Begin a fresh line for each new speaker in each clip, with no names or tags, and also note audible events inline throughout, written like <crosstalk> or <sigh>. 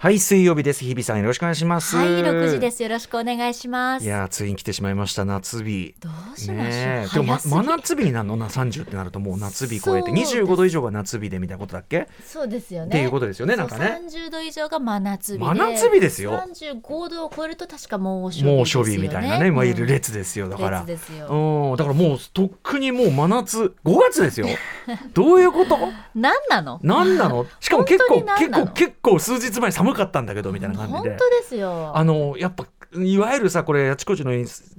はい水曜日です日比さんよろしくお願いします
はい、6時ですす。よろしくお願いします。
いやーついに来てしまいました夏日
どうしましょう。
ねえで
早
も、ます
ぎ
真夏日になるのな30ってなるともう夏日超えて
そうです
25度以上が夏日でみたいなことだっけ、
そうですよね。
っていうことですよねなんかね
三十度以上が真夏日で。
真夏日ですよ
三十五度を超えると確か猛暑日ですよね。
猛暑日みたいなね今いる
レ
列ですよだから、
ですよ。
うん、だからもうとっくにもう真夏5月
<laughs>
ですよどういうこと
何なの？
何なのしかも結構
本当
結
に何な
構
の
結構数日前寒かったんだけどみたいな感
本
じで
当ですよ。
あのやっぱいわゆるさこれあちこちの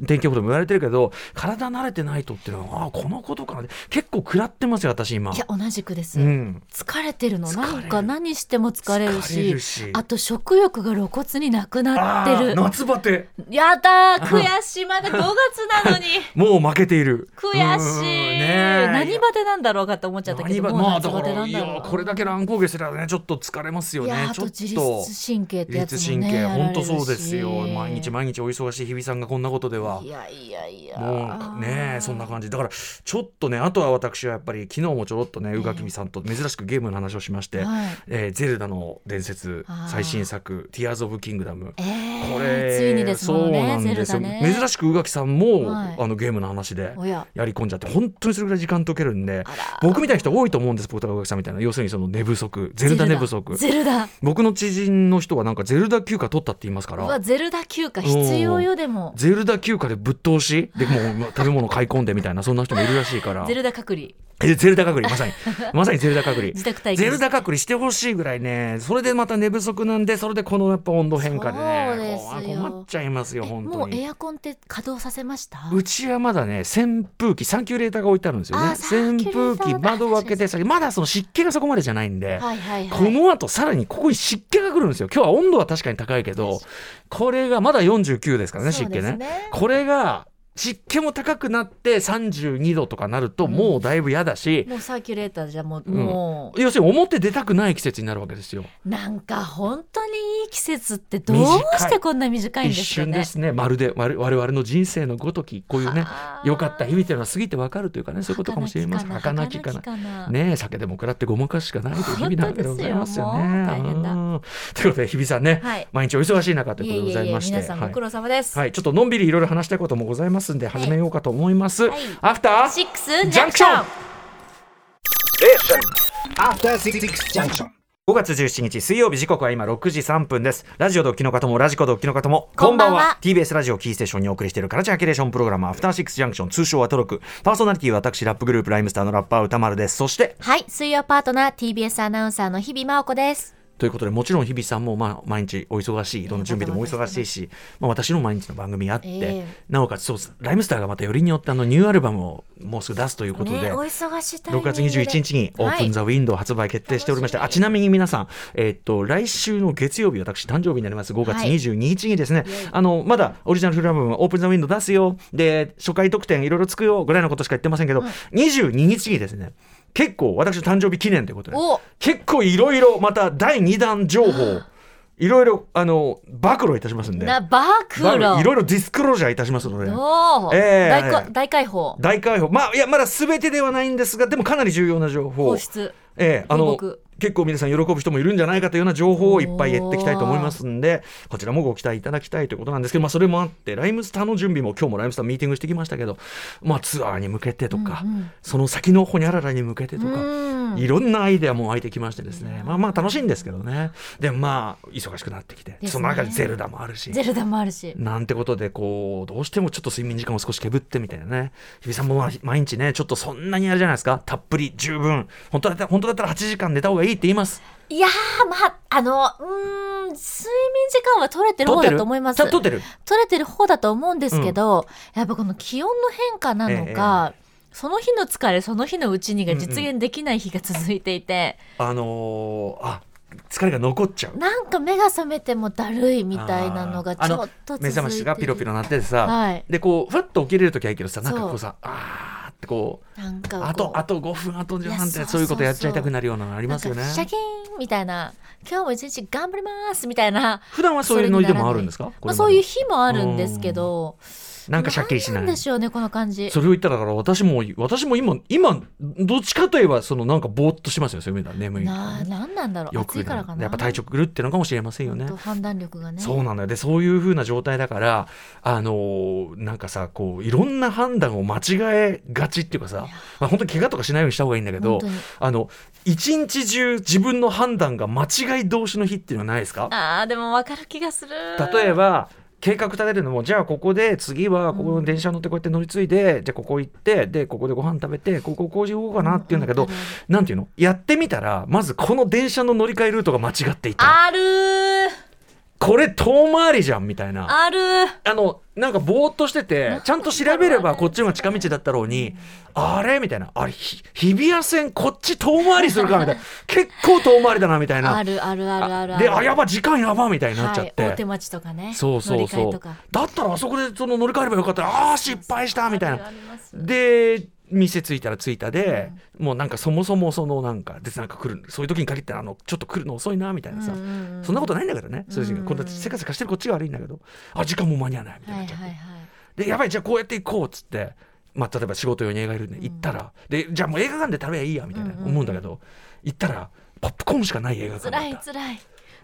天気予報でも言われてるけど体慣れてないとっていうのはあこのことかなって結構食らってますよ私今
いや同じくです。
うん、
疲れてるの。
疲れる
なんか何しても疲れる
疲れ
し
る。し
あと食欲が露骨になくなって
あー
る。
夏バテ
やだー悔しいまだ5月なのに
もう負けている
悔
うん
しい、
ねえ
何バテなんだろうかって思っちゃったけ
何
ど
ば
もう
まあ
夏
だ
バ
か
テな
ら
ん
い
だろう
やこれだけ乱高下してたらねちょっと疲れますよ
い
ね
やーあ
ちょ
と
っ
自
と
律神経って
自
やつ
律
も
神
ね
経
やられ
本
る
当
し
そうですよ毎日毎日お忙しい日比さんがこんなことではい
やいやいや
もうねそんな感じだからちょっとねあとは私はやっぱり昨日もちょろっとね宇垣美さんと珍しくゲームの話をしまして
はい
「えーゼルダの伝説
あ」ー
最新作「ティアーズ・オブ・キングダム」
えー、
これ
ついにですもん
そうな
ね
ん
ゼル
です
ダ
よ
ね
珍しく宇垣さんも
はい
あのゲームの話で
おや
やり込んじゃって本当にそれぐらい時間解けるんで
あら
僕みたいな人多いと思うんです僕とか宇垣さんみたいな要するにその寝不足ゼルダ寝不足
ゼルダ
僕の知人の人はなんかゼルダ休暇取ったって言いますか
う
ら
わゼルダ休暇必要よでも
ゼルダ休暇でぶっ通しでもう食べ物買い込んでみたいなそんな人もいるらしいから
ゼルダ隔離
えゼルダ隔離まさに <laughs> まさにゼルダ隔離
<laughs> 自宅待機
ゼルダ隔離してほしいぐらいねそれでまた寝不足なんでそれでこのやっぱ温度変化で
そう
ね
です
こう
よ
困っちゃいます
え
よ本
も
当
うエ
に。
アコンって稼働させました
うちはまだね扇風機サンキュレーターが置いてあるんですよね
あサンキ
扇
ュレーター
風機窓を開けてさまだその湿気がそこまでじゃないんで、
はいはいはい
この後さらにここに湿気が来るんですよ今日は温度は確かに高いけどこれがまだ49ですからね
そう
湿
で
気
す
ねこれが湿気も高くなって32度とかなるともうだいぶ嫌だし、
もうサーキュレーターじゃもう、
うん
も
要するに表出たくない季節になるわけですよ。
うなんか本当にいい季節ってどうしてこんな短いん
一
ですか
瞬
ね
ですねまるで我々我々の人生のごときこういうね
あー
良かった日々というのは過ぎてわかるというかねそういうことかもしれません。
儚
儚き
きか
か
な
な
儚きかな
ねえ酒でも食らってごまかしかないという日々なわけでございますよね。
本当ですよもう大変だ
うんということで日比さんね、
はい
毎日お忙しい中という
い
こ
え
とでご
い
ざ
えい
い
え
まして
皆さんご苦労様です、
はい、はいちょっとのんびりいろいろ話したいこともございますんで始めようかと思います。
はい
アフター
シックス
ジ
ジ
ャ
ャ
ンク
ンク
シ
シ
ョ
ョ
ン
ン
After Six Junction.
5月17日水曜日時刻は今6時3分ですラジオドッキの方もラジコドッキの方も
こんばんは
TBS ラジオキーステーションにお送りしているカラチャーキュレーションプログラムアフターシックスジャンクション通称はトロクパーソナリティは私ラップグループライムスターのラッパー歌丸ですそして
はい水曜パートナー TBS アナウンサーの日々真央子です
ということでもちろん日比さんもまあ毎日お忙しいいろんな準備でもお忙しいし、まあ、私の毎日の番組があって、
ええ
なおかつそうですライムスターがまたよりによってあのニューアルバムをもうすぐ出すということで、
ねお忙しいタイミ
6
ング
月
で
21日にオープン・ザ・ウィンドウ発売決定しておりまして、あちなみに皆さん、えーっと来週の月曜日私誕生日になります5月
はい
22日にですね、あのまだオリジナルフルアルバムオープン・ザ・ウィンドウ出すよで初回特典いろいろつくよぐらいのことしか言ってませんけど、22日にですね結構私の誕生日記念ということで
お
結構いろいろまた第2弾情報いろいろあの暴露いたしますんで
なバーク
暴露
ロ
いろいろディスクロージャーいたしますので。
どう、
ええ
大こ大解放
大解放まあいやまだ全てではないんですがでもかなり重要な情報
放出
ええ、あ
報
の
告
結構皆さん喜ぶ人もいるんじゃないかというような情報をいっぱいやっていきたいと思いますんでこちらもご期待いただきたいということなんですけど、まあ、それもあってライムスターの準備も今日もライムスターミーティングしてきましたけど、まあ、ツアーに向けてとか、
うんうん
その先のホニャララに向けてと
う
か。
ん
いろんなアイデアも湧いてきましてですね、まあまあ楽しいんですけどね、でもまあ忙しくなってきて、
ね
その中でゼルダもあるし、
ゼルダもあるし
なんてことでこうどうしてもちょっと睡眠時間を少しけぶってみたいなね日比さんもまあ毎日ねちょっとそんなにあれじゃないですかたっぷり十分本当だった本当だったら8時間寝た方がいいって言います
いやーまああのうーん睡眠時間は取れてる方だと思います
ちゃんと撮ってる
取れてる方だと思うんですけど、やっぱこの気温の変化なのか、その日の疲れその日のうちにが実現できない日が続いていて、
あのーあ疲れが残っちゃう
なんか目が覚めてもだるいみたいなのが
あー
ちょっ
あ
と続い
の
て
目覚ましがピロピロなっててさ、
はい
でこうふっと起きれる時はいいけどさなんかこうさあーってこう
なんかこう
あとあと5分あと10
いや
分って
そう
そういうことやっちゃいたくなるようなのあり
な
ま
ん
すよね
かシャキーンみたいな今日も一日頑張りますみたいな、
普段はそういうノリでもあるんですかこれ
ま
ま
あ、
で
そういう日もあるんですけど、
なんかシャッキリしな
ないんでしょうねこの感じ
それを言ったらだから私も私も今今どっちかといえばそのなんかぼーっとしますよそういう意味では眠い
ななんなんだろう
よく
暑いからかな
やっぱ体調狂ってるのかもしれませんよね
ほんと判断力がね
そうなのよでそういう風な状態だからあのーなんかさこういろんな判断を間違えがちっていうかさ、まあ、本当に怪我とかしないようにした方がいいんだけど
本当に
あの一日中自分の判断が間違い同士の日っていうのはないですか
あーでも分かる気がする
例えば計画立てるのもじゃあここで次はここの電車乗ってこうやって乗り継いで、じゃあここ行ってでここでご飯食べてこここうしようかなって言うんだけど、
うんうん
なんていうのやってみたらまずこの電車の乗り換えルートが間違っていた
あるー
これ遠回りじゃんみたいな
あるー
あのなんかぼーっとしててちゃんと調べればこっちの方が近道だったろうにあれみたいなあれひ日比谷線こっち遠回りするかみ
<laughs>
たいな結構遠回りだなみたいな
あるあるあるある
であやば時間やばみたいになっちゃって、
はい、大手町とかね
そうそう
乗り
そ
換え
う
とか
だったらあそこでその乗り換えればよかったらああー失敗したみたい
あ
な
ります
で店着いたら着いたで、もうなんかそもそもそのなんかでなんか来るそういう時に限ってあのちょっと来るの遅いなみたいなさ、
うんうんうん
そんなことないんだけどね、そういう時
うん
こんなせかせかしてるこっちが悪いんだけどあ時間も間に合わないみたいになっ
はい
ちゃって、
はいはい
でやばいじゃあこうやって行こうっつって、まあ、例えば仕事用に映画いるんで行ったら、でじゃあもう映画館で食べりゃいいやみたいな
うんうんうん
思うんだけど、行ったらポップコーンしかない映画館
つ
だっ
ら
た
いつらい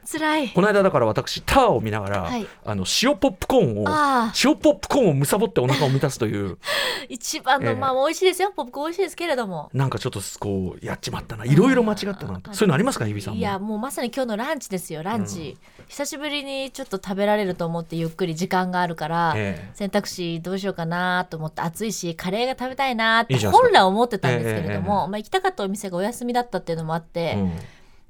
つらい
この間だから私ターを見ながら、
はい
あの塩ポップコーンを
ああ
塩ポップコーンを貪ってお腹を満たすという <laughs>
一番の、
ええ
まあ美味しいですよポップコーン美味しいですけれども
なんかちょっとこうやっちまったないろいろ間違ったなってそういうのありますか日比さんも
いやもうまさに今日のランチですよランチ、久しぶりにちょっと食べられると思ってゆっくり時間があるから、
ええ
選択肢どうしようかなと思って暑いしカレーが食べたいなっ
い
て
いじゃないですか
本来思ってたんですけれど
ええ
も
え
まあ、行きたかったお店がお休みだったっていうのもあって、
うん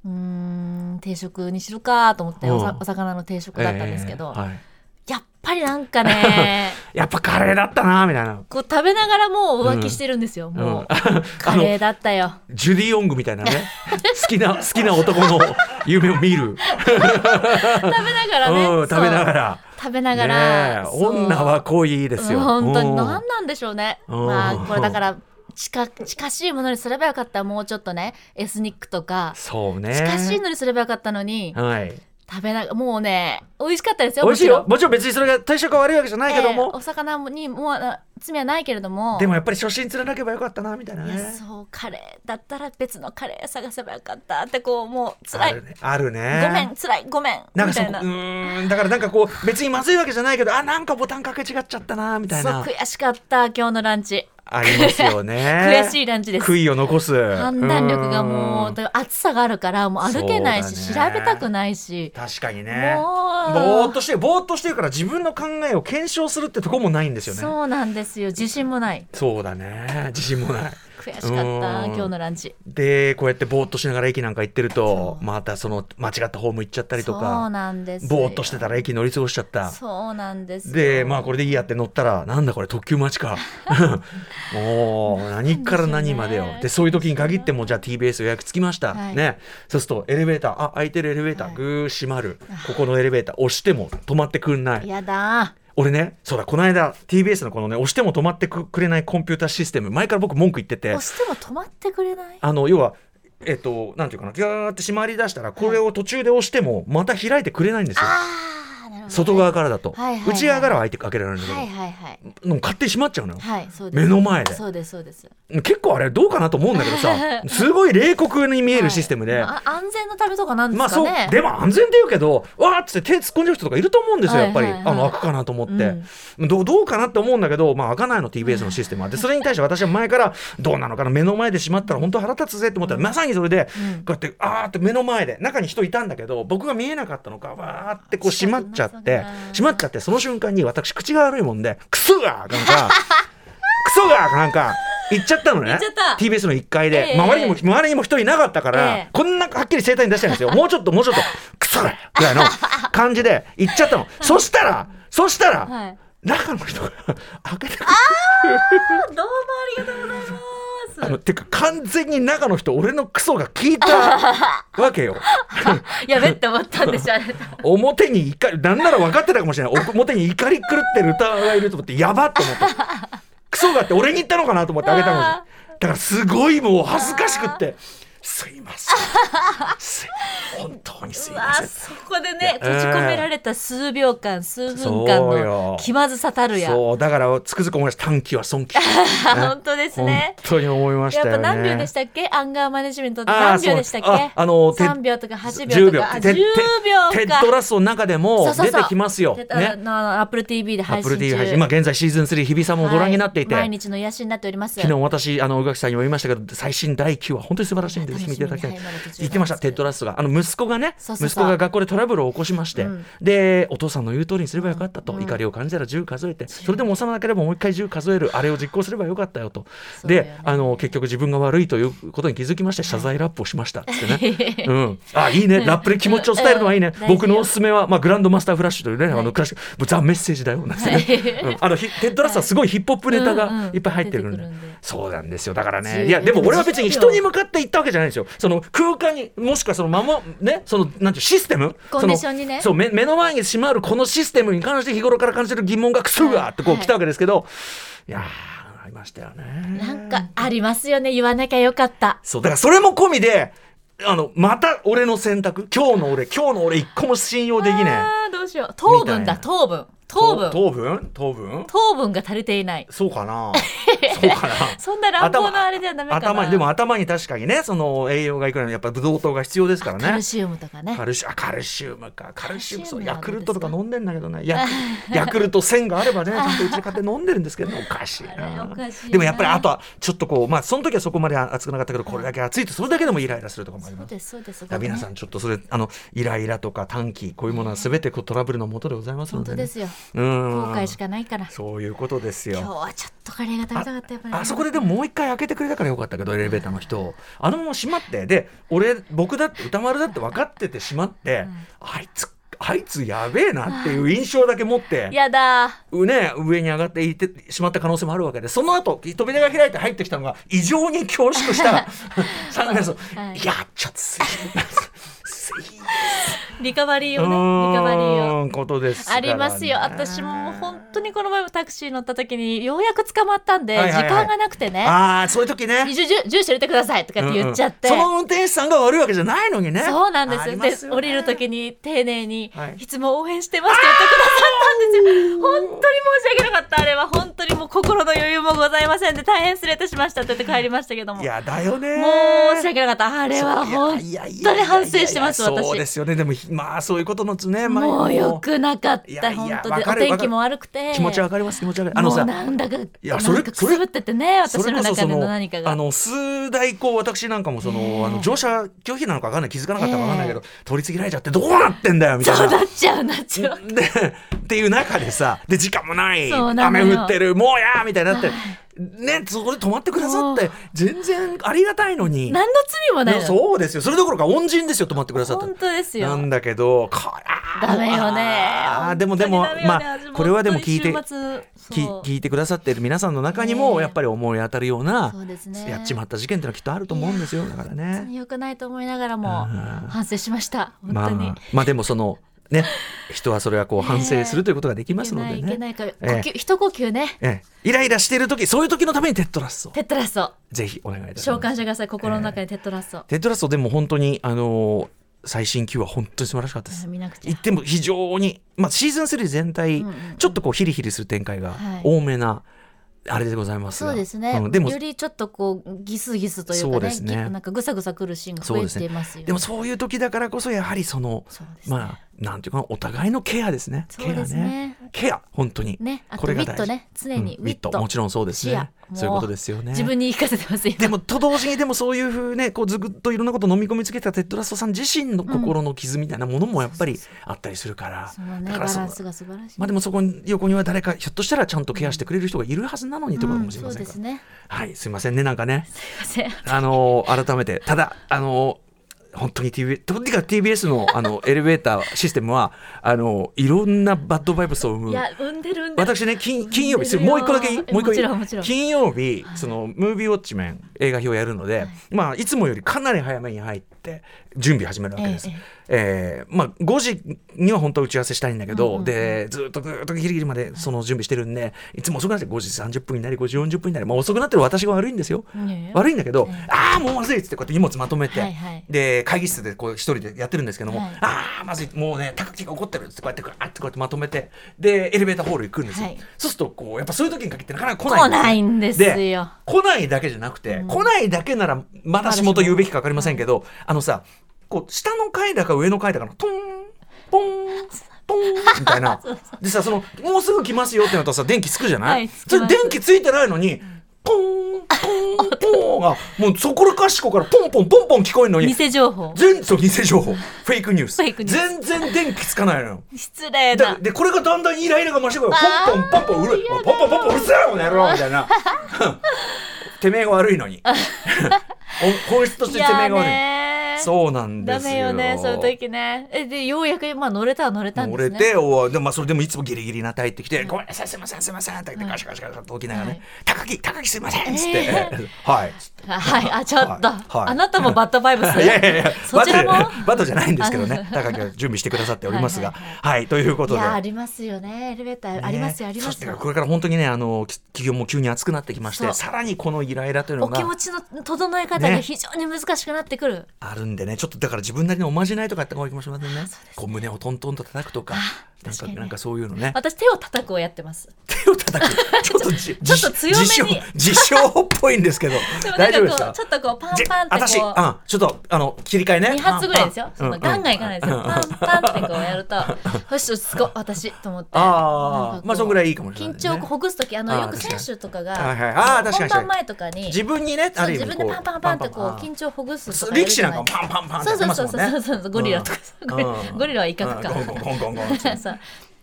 うーん定食にしろかと思っておさ
うん
お魚の定食だったんですけど、
ええはい
やっぱりなん
<laughs>
かね
やっぱカレーだったなみたいな
こう食べながらもう浮気してるんですよ、もう、
うん
カレーだったよ
ジュディ・オングみたいなね <laughs> 好きな好きな男の夢を見る、
食べながらね、
うん、食べなが
ら
ら
食べながら、
ねえ
そう
女は恋ですよ
うん本当に
うん
何なんでしょうね、
うん
まあこれだから近近しいものにすればよかったもうちょっとねエスニックとか
そうね
近しいのにすればよかったのに、
はい
食べながもうね美味しかったですよ
美味しいよ
もちろん
もちろん別にそれが大したが悪いわけじゃないけど
ええ
も、
お魚にもうあ罪はないけれども
でもやっぱり初心貫けばよかったなみたいないね
やそうカレーだったら別のカレー探せばよかったってこうもう辛
あ
い、
るねあるね
ごめん辛いごめん
なん
み
かそ
た
こ
いうな
ーんだからなんかこう別にまずいわけじゃないけどあなんかボタンかけ違っちゃったなみたい
そう
な
悔しかった今日のランチ
ありますよね
<laughs> 悔しいランチです
悔いを残す
判断力がも
ん
うだから暑さがあるからもう歩けないし、
そう
調
だね
べたくないし
確かにね
もう
ぼーっとしてぼーっとしてるから自分の考えを検証するってとこもないんですよねそう
そうなんですよ自信もない
だね自信もない
悔しかった
うん
今日のランチ
でこうやってぼーっとしながら駅なんか行ってると
そう
またその間違ったホーム行っちゃったりと
そう
か
なんですよ
ぼーっとしてたら駅乗り過ごしちゃった
そうなんですよ
でまあこれでいいやって乗ったらなんだこれ特急待ち
<laughs>
か <laughs> もう何から何までよ
なんですよね
でそういう時に限ってもじゃあ TBS 予約つきました、
はい
ねそうするとエレベーターあ空いてるエレベーター、
はい
ぐー閉まるここのエレベーター押しても止まってくんない
やだ
俺ねそうだこの間 TBS のこのね押しても止まってくくれないコンピューターシステム前から僕文句言ってて
押しても止まってくれない
あの要はえっとなんていうかなギャーって閉まり出したらこれを途中で押してもまた開いてくれないんですよ
ああなるほど
外側からだと、
はいはいはい
内側からは開いて開けられるんだけど、
はいはいはい
でも勝手に閉まっちゃうのよ
はいそうです
目の前で
そうですそうです
結構あれどうかなと思うんだけど
<laughs>
さすごい冷酷に見えるシステムで、
はいあ安全のためとかなんで
まあ
すか
そう
ね
でも安全って言うけどわーっつって手突っ込んじゃう人とかいると思うんですよやっぱり、
はいはいはい
あの開くかなと思って、どうどうかなって思うんだけど、まあ、開かないの TBS のシステムはでそれに対して私は前からどうなのかな目の前でしまったら本当腹立つぜって思ったら、まさにそれで、
う
こ
ん
うやってあーって目の前で中に人いたんだけど僕が見えなかったのかわーってこう閉まっちゃって閉まっちゃってその瞬間に私口が悪いもんでクソがーなん
<laughs>
かクソがーなんか言っちゃったのね
言っちゃった
TBS の1階で、
ええ
周りにも周りにも人いなかったから、
ええ
こんなはっきり声帯に出したんです
<laughs>
よ。もうちょっと、もうちょっと、クソだよぐらいの感じで言っちゃったの。そしたら、そしたら、
はい
中の人が開けてくれ
どうもありがとうございます
あの、てか完全に中の人、俺のクソが効いたわけよ。
やべって思ったんでしょあれ
<laughs> 表に怒り、なんなら分かってたかもしれない。表に怒り狂ってる歌がいると思って、やばっと思った。クソがあって俺に言ったのかなと思ってあげたのに。だからすごいもう恥ずかしくって。すいませ
<laughs>
んすい本当にすいうませ
わ
ん
そこでね閉じ込められた数秒間、数分間
そう
の
よ
気まずさたるや
そうだからつくづく思いました
<laughs>
短期は損期
本当です
本
ね
当に思いまし
やった
よ
ぱ
ね
何秒でしたっけアンガーマネジメントって
あー
何秒でしたっけ
そうああのて
3秒とか8秒
10
と
秒
かあ
てて
10
テ
秒
ッド
か
ラストの中でも出てきますよ
ね、あ
ね
のアップル TV で
アッ
配
プル
信
TV 配
中
信今現在シーズン3日比さんもご覧になっていて、
は毎日の癒しになっております
昨日私あの宇垣さんにも言いましたけど最新第9話本当に素晴らしいんでぜ
楽し
ひ
み
見ていただきたい
はいまだ途中なんですけど
言ってましたテッドラストがあの息子がね
そうそうそ
息子
う
が学校でトラブルを起こしまして、
うん
でお父さんの言う通りにすればよかったと、怒りを感じたら10数えてそれでも収まらなければもう一回10数えるあれを実行すればよかったよと
そうよ
で
ね
あの結局自分が悪いということに気づきまして謝罪ラップをしましたって
<laughs>
ね、うん、あいいねラップで気持ちを伝えるのはいいね
うん
僕のおすすめは、まあ、グランドマスターフラッシュというね、あ
は
の
い
クラシックもうザ・メッセージだよなんてね、うんあのヒテッドラストはすごいヒップホップネタ
うんう
が
ん
いっぱい入ってるんで,、
出てくるんで
そうなんですよだから
強い
ね
ね
いやでも俺は別に人に
でも
向かって行ったわけじゃないんですよその空間にもしくはそのままねそのなんていうシステム
コンディションにね
そのそう目目の前に閉まるこのシステムに関して日頃から感じてる疑問がくすぐわってこう
はい
来たわけですけど、い、やーありましたよね。
なんかありますよね言わなきゃよかった
そう、だからそれも込みで、あの、また俺の選択、今日の俺、今日の俺一個も信用できねえ。
あーどうしよう糖分
みたい
だ
な
糖分糖分
糖分糖分
糖分が足りていない
そうかなそうかな
そんな乱暴なあれじゃダメかな
頭に、でも頭に確かにね、その栄養がいくらでもやっぱブドウ糖が必要ですから
カル
ね。
シウムとかね
カルシあカルシウムかカルシウムそう
カルシウムは
ヤ
どう
クルトとか
ですか
飲んでんだけど
<laughs>
ねヤクヤクルト1000があればねちゃんとうちで買って飲んでるんですけどねおかしい
あ
な
れおかしいな
でもやっぱりあとはちょっとこうまあその時はそこまで熱くなかったけどこれだけ熱いとそれだけでもイライラするとかもあり
そ
ま
う
す
ですそうです
だから皆さ
ん
んちょっとそれあのイライラとか短期こういうものは全てこうトラブルのもとでございますの
本
で,、
当
ね、
ですよ
うん
後悔しかないから
そういうことです
今日
よ
はちょっとカレーが食べたかったやっぱり
あそこででももう一回開けてくれたからよかったけどエレベーターの人をあのまま閉まってで俺僕だって歌丸だって分かってて閉まって、あいつあいつやべえなっていう印象だけ持って
やだー
ね、上に上がっていってしまった可能性もあるわけでその後扉が開いて入ってきたのが異常に恐縮した
<laughs>
サングラスを「
はい
いやちょっとすいませんすいません」
リカバリー
う
をね、リカバリーを。
ーんことですから
あ
ね
りますよ。私も本当にこの前もタクシー乗った時にようやく捕まったんで、
はいはいはい
時間がなくてね、
ああそういう時ね
住住住所入れてくださいとかって言っちゃって。
うんうんその運転手さんが悪いわけじゃないのにね
そうなんです
あ
よ
ります
で
よね
降りる時に丁寧に、
はい
い、つも応援してますって言ってくださったんですよ本当に申し訳なかったあれは本当にもう心の余裕もございませんで大変失礼いたしましたって言って帰りましたけども
いやだよね
申し訳なかったあれは本
いやいやい
当
やい
に
や
反省してます私
そうですよねでもひまあそういうことのつねまあ
もう良くなかっ
いや
た
い
本
や
当
わ
で
か
お
る
天気も悪くて
気持ちわかります気持ちわかりますあ
も
の
う
さ
なんだかい
やそれ
くす
それ
ぶっててね私
それ
の
こそ
中
そ
で
の
の何かが
あの数代こう私なんかもその、
ええ
あの乗車拒否なのか分かんない気づかなかったか分かんないけど、取り次ぎられちゃってどうなってんだよみたいな
そうなっちゃうなっちゃう
でっていう中でさで時間もない
そうなのよ
雨降ってるもうやーみたいになって、ねそこで止まってくださって全然ありがたいのに
何の罪もない
いや
の
そうですよそれどころか恩人ですよ止まってくださった
本当ですよ
なんだけどこらー
ダメよね
あーでもでも
本当にダメよね
まあ
味
これはでも聞いて
本当に週末
き
そう
聞いてくださってる皆さんの中に
ね
も
え
やっぱり思い当たるような
そうですね
やっちまった事件ってのはきっとあると思うんですよだから
本当
ね。
に良くないと思いながらも反省しました本
ま
当
あ
に、
まあでもそのね人はそれはこう反省するということができま
い
す
け
の
な
で
いいけな
ね。
いから呼
え
吸一呼吸ね
ええイライラしてる時そういう時のためにテッドラストを
テッドラスト
ぜひお願いいたし
召
ま
喚し
す。
てください心の中にテッドラスト、
テッドラストでも本当にあのー最新級は本当に素晴らしかったです。
見なくちゃ
言っても非常に、まあ、シーズン3全体、
うんうん
ちょっとこうヒリヒリする展開が
はい
多めな、あれでございますが
そうですね、
うんでも
よりちょっとこうギスギスというかね
そうですね
ぎなんかぐさぐさくるシーンが増えていますよ
でもそういう時だからこそやはりその
そうですね
まあなんていうかなお互いのケアですね
そうです
ケアね
ね
ケア本当に
ねあと
これが大事
ウィットね常に
う
ウ
ん
ィット
もちろんそうです
視野
ねそういう
もう
ことですよね
自分に言い聞かせてますよ
でもと同時にでもそういうふうねこうずぐっといろんなこと飲み込みつけてたテッドラストさん自身の心の傷みたいなものもやっぱりあったりするから
そのね
だか
バラ
らその
ンスが素晴らしい、
まあでもそこに横には誰かひょっとしたらちゃんとケアしてくれる人がいるはずなのにとかかもしれ
そ
ま
う
せんか
で
ら、
すね
はいすいませんねなんか
<laughs>
ね
すいません
あのー改めてただあのー本当に TBS とにかく TBS のあのエレベーターシステムはあのーいろんなバッドバイブスを生む
いや産んでる産んでる
私ね金金曜
見
日
て
そ
る
れ
よ
もう一個だけいい
え
もう一個いい
もちろんもちろん
金曜日そのムービーウォッチメン映画表をやるので、い、まあいつもよりかなり早めに入って準備始めるわけです。
え
え
え
ーまあ5時には本当は打ち合わせしたいんだけど、
うんうんうん
でずっとずっとギリギリまでその準備してるんで、いつも遅くなって5時30分になり5時40分になり、まあ遅くなってる私が悪いんですよ。
ね
悪いんだけど、
ええ
ああもうまずいっつってこうやって荷物まとめて、
はいはい
で会議室でこう一人でやってるんですけども、
はい
ああまずいもうね高木が怒ってるっつってこうやってこうやってこうやってまとめてでエレベーターホール行くんですよ、
はい
そうするとこうやっぱそういう時に限ってなかなか来ない
来ないんですよ。
来ないだけじゃなくて、来ないだけならまだしもと言うべきか分かりませんけど、あのさこう下の階だか上の階だかのトンポンポンみたい
<laughs>
なでさそのもうすぐ来ますよってなったらさ電気つくじゃない、
はいつき
それ
ます
電気ついてないのにポンポンポンがもうそこらかしこからポンポンポンポン聞こえるのに
偽情報。
全そう偽情報フェイクニュース
フェイクニュー
全然電気つかないのよ。
失礼
だ
な。
でこれがだんだんイライラが増してくる
あー
ポンポンポンポンうるポンポンポンポンうるせえなこの野郎みたいなてめえが悪いの
<laughs>
にお本質とし
い
ててめえ
や
が悪
ね
い。そうなんで
ダ
すよ
メよね、そういう時ね。え、で、ようやく、まあ、乗れたは乗れたん
もう
です
折
ね。
れておでもまあそれでもいつもギリギリなたいってきて「ごめんなさいすいませんすいません」って言ってガシャガシャガシャと起きながらね「高木高木すいません」っつって
え
「はい」つって
あはい、あ、ちょっと。
はいはい
あなたもバッドバイブス。
<laughs> いやいやいや
そ
バト
ち
じ
ら
ゃ
も。
バトじゃないんですけど
<laughs>
ね高木が準備してくださっておりますが
はいはい
はいというこ
い
とで
や、ありますよね。エレベーター、ありますよ、ありま
そし
す
て
よ。
これから本当にねあのき企業も急に熱くなってきまし
そ
て
う
さらにこのイライラというの
お気
が
持ちの整え方が
ね
非常に難しくなってくる。
あるんでねちょっとだから自分なりのおまじないとかやった方がいいかもしれませんねこう胸をトントンと叩くとかなん
確
か
かに
なんかそういうのね
私、手を叩くをやってます。
手を叩くちょっとじ
ちょっと強めに
自称自称っぽいんですけど
でもな
大丈夫
ん
で
か
す
こ
か
う、ちょっとこう、パン
じ
パンって
私、う
こ
ん
う。、
ちょっとあの切り替えね
二発ぐらいですよ。
パ
そ
ンパ
の
ン
ガンガンいかないですよ。
うんうん
パンパンってこうやると、よし、落ち着こう、私と思って。
あー
なんかこう
まあそんぐらいいいかもしれない
緊
ね
張をほぐすとき、あの、
あー
よく
確かに
選手とか
はいはい
が、
あー確かに確かに
本番前とかに、
自分にね
そう
ある意
自
味
分でパンパンパンってこう、緊
張
張をほぐすとかやる
力士
じゃ
なん
い
かも
ですか。
パンパンパンって
そ
や
う
ってますも
そうそう
ん
そ
ね
うそうそう、ゴリラとか、ゴリ
うん
ゴリラは威嚇か
うん。ゴンゴンゴンゴンゴンって
そう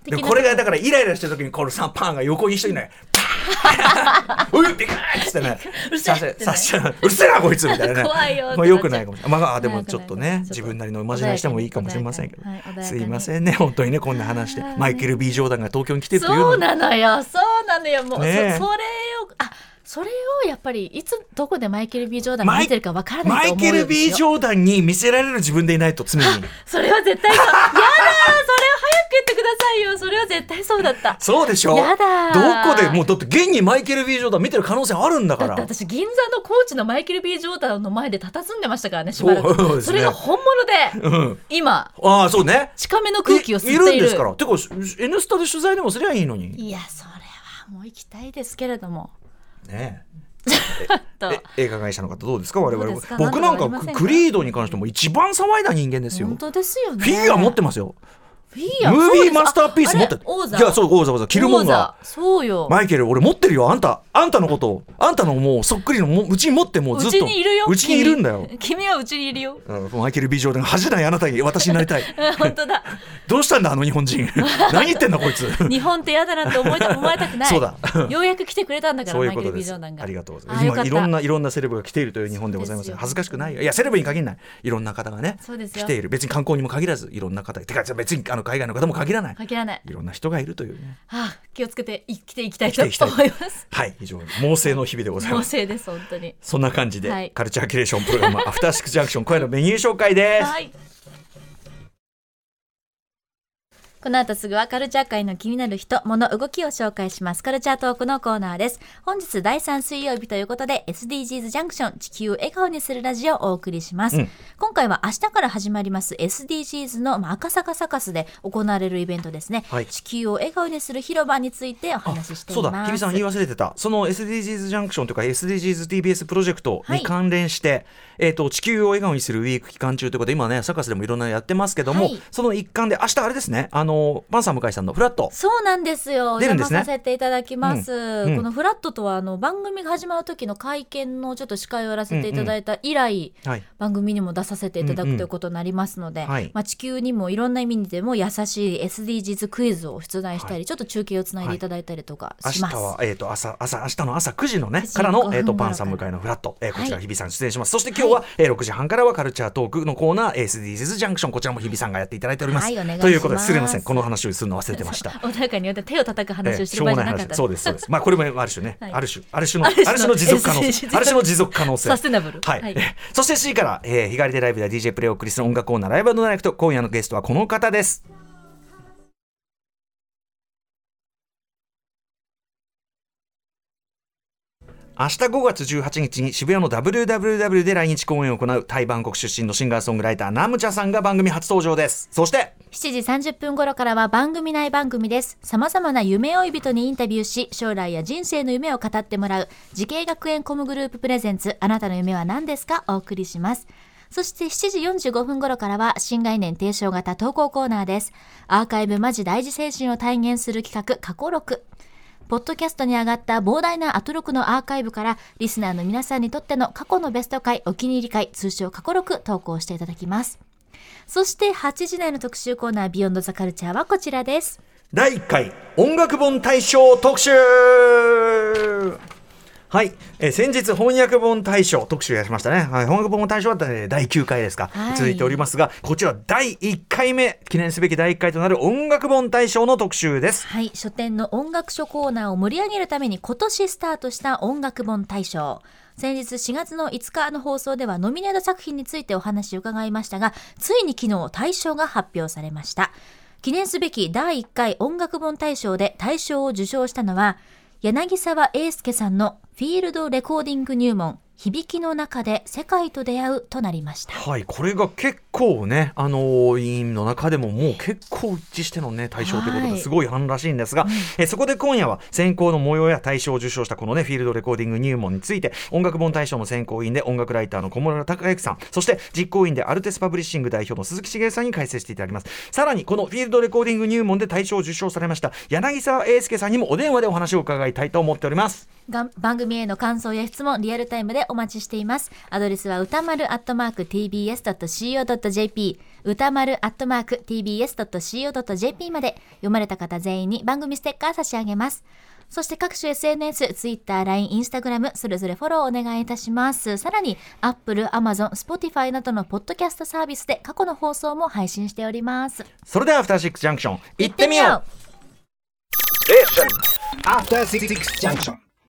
でこれがだからイライラしてる時にこのさパンが横に一人
<laughs>
ね「ういビカーッ!」っつってね「
うるせえってね
させうるせえなこいつ」みたいなね
怖いよってなっちゃう
まあ、よくないかもしれないまああでも
良くない
ちょっと
良くな
ね
い
自分なりのおまじないしてもいいかもしれませんけど、
穏やかにはい穏やか
す
に
いませんね本当にねこんな話してマイケル・ B ・ジョーダンが東京に来てるという
そう
のに
なのよ、そうなのよ、もう、そそれ
ねえ
を、あ、それをやっぱり、いつ、どこでマイケル・ B ・ジョーダンが
マ
見
イ
てるかわからな
マ
いと
イ
思う
ケ
よ
ル・ B ・ジョーダンに見せられる自分でいないと
<laughs>
常に。
それは絶対そう。やだーそれを早く言ってくださいよそれは絶対そうだった。
そうでしょ
やだー
どこでもうだって現にマイケル・ B ・ジョーダン見てる可能性あるんだか
だって
ら。
私銀座のコーチのマイケル・ B ・ジョーダンの前で佇んでましたからねしばら
そ
く
う
そ,、
ですね
れが本物で、
うん、
今
ああそうね。
近めの空気を吸っている
いるんですから。てか「N スタ」で取材でもすりゃいいのに。
いやそれはもう行きたいですけれども
ね
と
え、え映画会社の方どうですか我々
どうですか
僕なん
な
か
んとかなりませんか
クリードに関しても一番騒いだ人間ですよ
本
フ
当ですよね
ィギュア持って
ま
ますよ
すフィ
ム
ギュア
ー
そう
ビー
ですあ
マスターピース持って
あれ王座
いやそう王座王座キルモンガ
王座そうよ
ーマイケル俺持ってるよあんたあんたのことあんたのもうそっくりのもううちに持ってもうず
う
っと
ちにいるよ
うちにいるんだよ
君君はうちにいるよ <laughs>
うんマイケル・ビジョーダン恥じないあなたに私になりたい
本当だ
どうしたんだあの日本
<laughs>
人何言ってんだこいつ
日本って嫌だなんて思いた <laughs> 思われたくない
そうだ
ようやく来てくれたんだから
そういう
マイ
こ
ケ
と
ル・
で
ビジョ
す。
ーダンが
ありがとうござい
あ
ま
よ
す。
か
今
った
いろんないろんなセレブが来ているという日本でございます
そうですよ
が恥ずかしくないよ。いやセレブに限らない。いろんな方がね
そうですよ
来ている。別に観光にも限らずいろんな方。てか別にあの海外の方も限らない。
限らない
いろんな人がいるというね。
ああ気をつけて生きていきたいと
生
思
きていきた
います。
はい非常に猛省の日々でござい
<laughs> 猛
ます。
省です本当に。
そんな感じで、
はい
カルチャーキュレーションプログラムアフターシックスジャンクション今夜のメニュー紹介です。
はい。この後すぐはカルチャー界の気になる人、物、動きを紹介します。カルチャートークのコーナーです。本日第3水曜日ということで SDGs ジャンクション地球を笑顔にするラジオをお送りします。
うん
今回は明日から始まります SDGs のまあ赤坂サカスで行われるイベントですね。
はい
地球を笑顔にする広場についてお
あ
話ししてい
そう
ます。
だ日比さん言い忘れてたその SDGs ジャンクションというか SDGsTBS プロジェクト
は
に
い
関連して、えー、と地球を笑顔にするウィーク期間中ということで今ねサカスでもいろんなのやってますけども、
はい
その一環で明日あれですねあのパンサー向井さんのフラット
そうなんですよ。お
出る
邪
んで
魔
すね
させていただきます。
んうん
このフラットとはあの番組が始まる時の会見のちょっと司会をやらせていただいた以来、
はい
番組にも出させていただ
うんう
く
ん
ということになりますので、
はい
まあ地球にもいろんな意味でも優しい SDGs クイズを出題したり、
は
ちょっと中継をつないでいただいたりとか
明
し
日
ます。
は、えー、と朝朝明日の朝9時のね
9時
から
5
の、
分
えー、と
頃
パンサー向かいのフラット、えーこちら
はい
日比さん出演します、そして今日は、えー6時半からはカルチャートークのコーナー SDGs ジャンクションこちらも日比さんがやっていただいております、
はいお願いします
ということですすみませんんこの話をするの忘れてました。
穏やかによって手を叩く
え
話
え
をしてる場合じゃなかった
そうですそうです。まあこれもある種ね、
<laughs> はい
ある種ある種の
あ
あ
る種
る種の
の
持続可能
<laughs>
性
SDGs
ある種の持続可能性
サステナブル
はい、
はい
ええ <laughs> そして C から、えー、日帰りでライブや DJ プレイをお送りする音楽コーナーライブダイレクト今夜のゲストはこの方です明日5月18日に渋谷の WWW で来日公演を行うタイバンコク出身のシンガーソングライターナムチャさんが番組初登場ですそして
7時30分頃からは番組内番組です。様々な夢追い人にインタビューし、将来や人生の夢を語ってもらう、慈恵学園コムグループプレゼンツ、あなたの夢は何ですかお送りします。そして7時45分頃からは新概念提唱型投稿コーナーです。アーカイブマジ大事精神を体現する企画、過去録。ポッドキャストに上がった膨大なアトロクのアーカイブから、リスナーの皆さんにとっての過去のベスト回、お気に入り回、通称過去録投稿していただきます。そして8時台の特集コーナービヨンドザカルチャーはこちらです。
第1回音楽本大賞特集はい、えー先日翻訳本大賞特集やりましたね、はい、翻訳本大賞はえー第9回ですか、
はい
続いておりますがこちら第1回目記念すべき第1回となる音楽本大賞の特集です
はい、書店の音楽書コーナーを盛り上げるために今年スタートした音楽本大賞。先日4月の5日の放送ではノミネート作品についてお話を伺いましたが、ついに昨日大賞が発表されました。記念すべき第1回音楽本大賞で大賞を受賞したのは、柳沢英介さんのフィールドレコーディング入門、響きの中で世界と出会うとなりました。
はいこれが結構ねあのー委員の中でももう結構一致してのね大賞ということ
は
で
い
すごい反らしいんですが、えーそこで今夜は選考の模様や大賞を受賞したこのねフィールドレコーディング入門について音楽本大賞の選考委員で音楽ライターの小室孝之さんそして実行委員でアルテスパブリッシング代表の鈴木茂さんに解説していただきますさらにこのフィールドレコーディング入門で大賞を受賞されました柳沢英介さんにもお電話でお話を伺いたいと思っております
がん番組への感想や質問リアルタイムでお待ちしていますアドレスは歌丸アットマーク tbs.co.jp 歌丸アットマーク tbs.co.jp まで読まれた方全員に番組ステッカー差し上げますそして各種 SNS、Twitter、LINE、Instagram、それぞれフォローお願いいたします。さらに、Apple、Amazon、Spotify などのポッドキャストサービスで過去の放送も配信しております。
それではアフターシックスジャンクション行ってみよう
After Six Junction.